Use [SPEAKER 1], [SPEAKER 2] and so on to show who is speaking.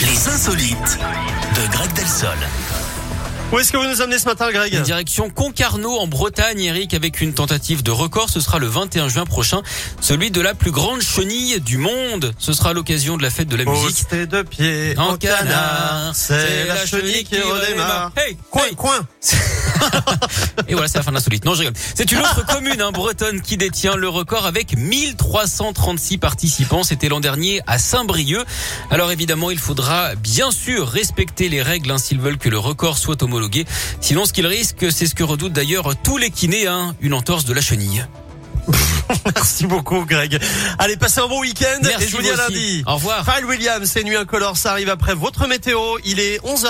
[SPEAKER 1] Les insolites de Greg Delsol.
[SPEAKER 2] Où est-ce que vous nous amenez ce matin, Greg
[SPEAKER 3] Direction Concarneau en Bretagne, Eric, avec une tentative de record. Ce sera le 21 juin prochain, celui de la plus grande chenille du monde. Ce sera à l'occasion de la fête de la musique.
[SPEAKER 2] Posté de pied en canard, c'est la chenille qui redémarre.
[SPEAKER 3] Hey,
[SPEAKER 2] Coin,
[SPEAKER 3] hey.
[SPEAKER 2] coin
[SPEAKER 3] Et voilà, c'est la fin de l'insolite. Non, je rigole. C'est une autre commune hein, bretonne qui détient le record avec 1336 participants. C'était l'an dernier à Saint-Brieuc. Alors évidemment, il faudra bien sûr respecter les règles hein, s'ils veulent que le record soit homologué. Sinon, ce qu'ils risquent, c'est ce que redoutent d'ailleurs tous les kinés, hein, une entorse de la chenille.
[SPEAKER 2] Merci beaucoup, Greg. Allez, passez un bon week-end et
[SPEAKER 3] Merci
[SPEAKER 2] je vous dis
[SPEAKER 3] vous
[SPEAKER 2] à
[SPEAKER 3] aussi.
[SPEAKER 2] lundi.
[SPEAKER 3] Au revoir.
[SPEAKER 2] Pharrell Williams, c'est Nuit Incolore, ça arrive après votre météo. Il est 11h.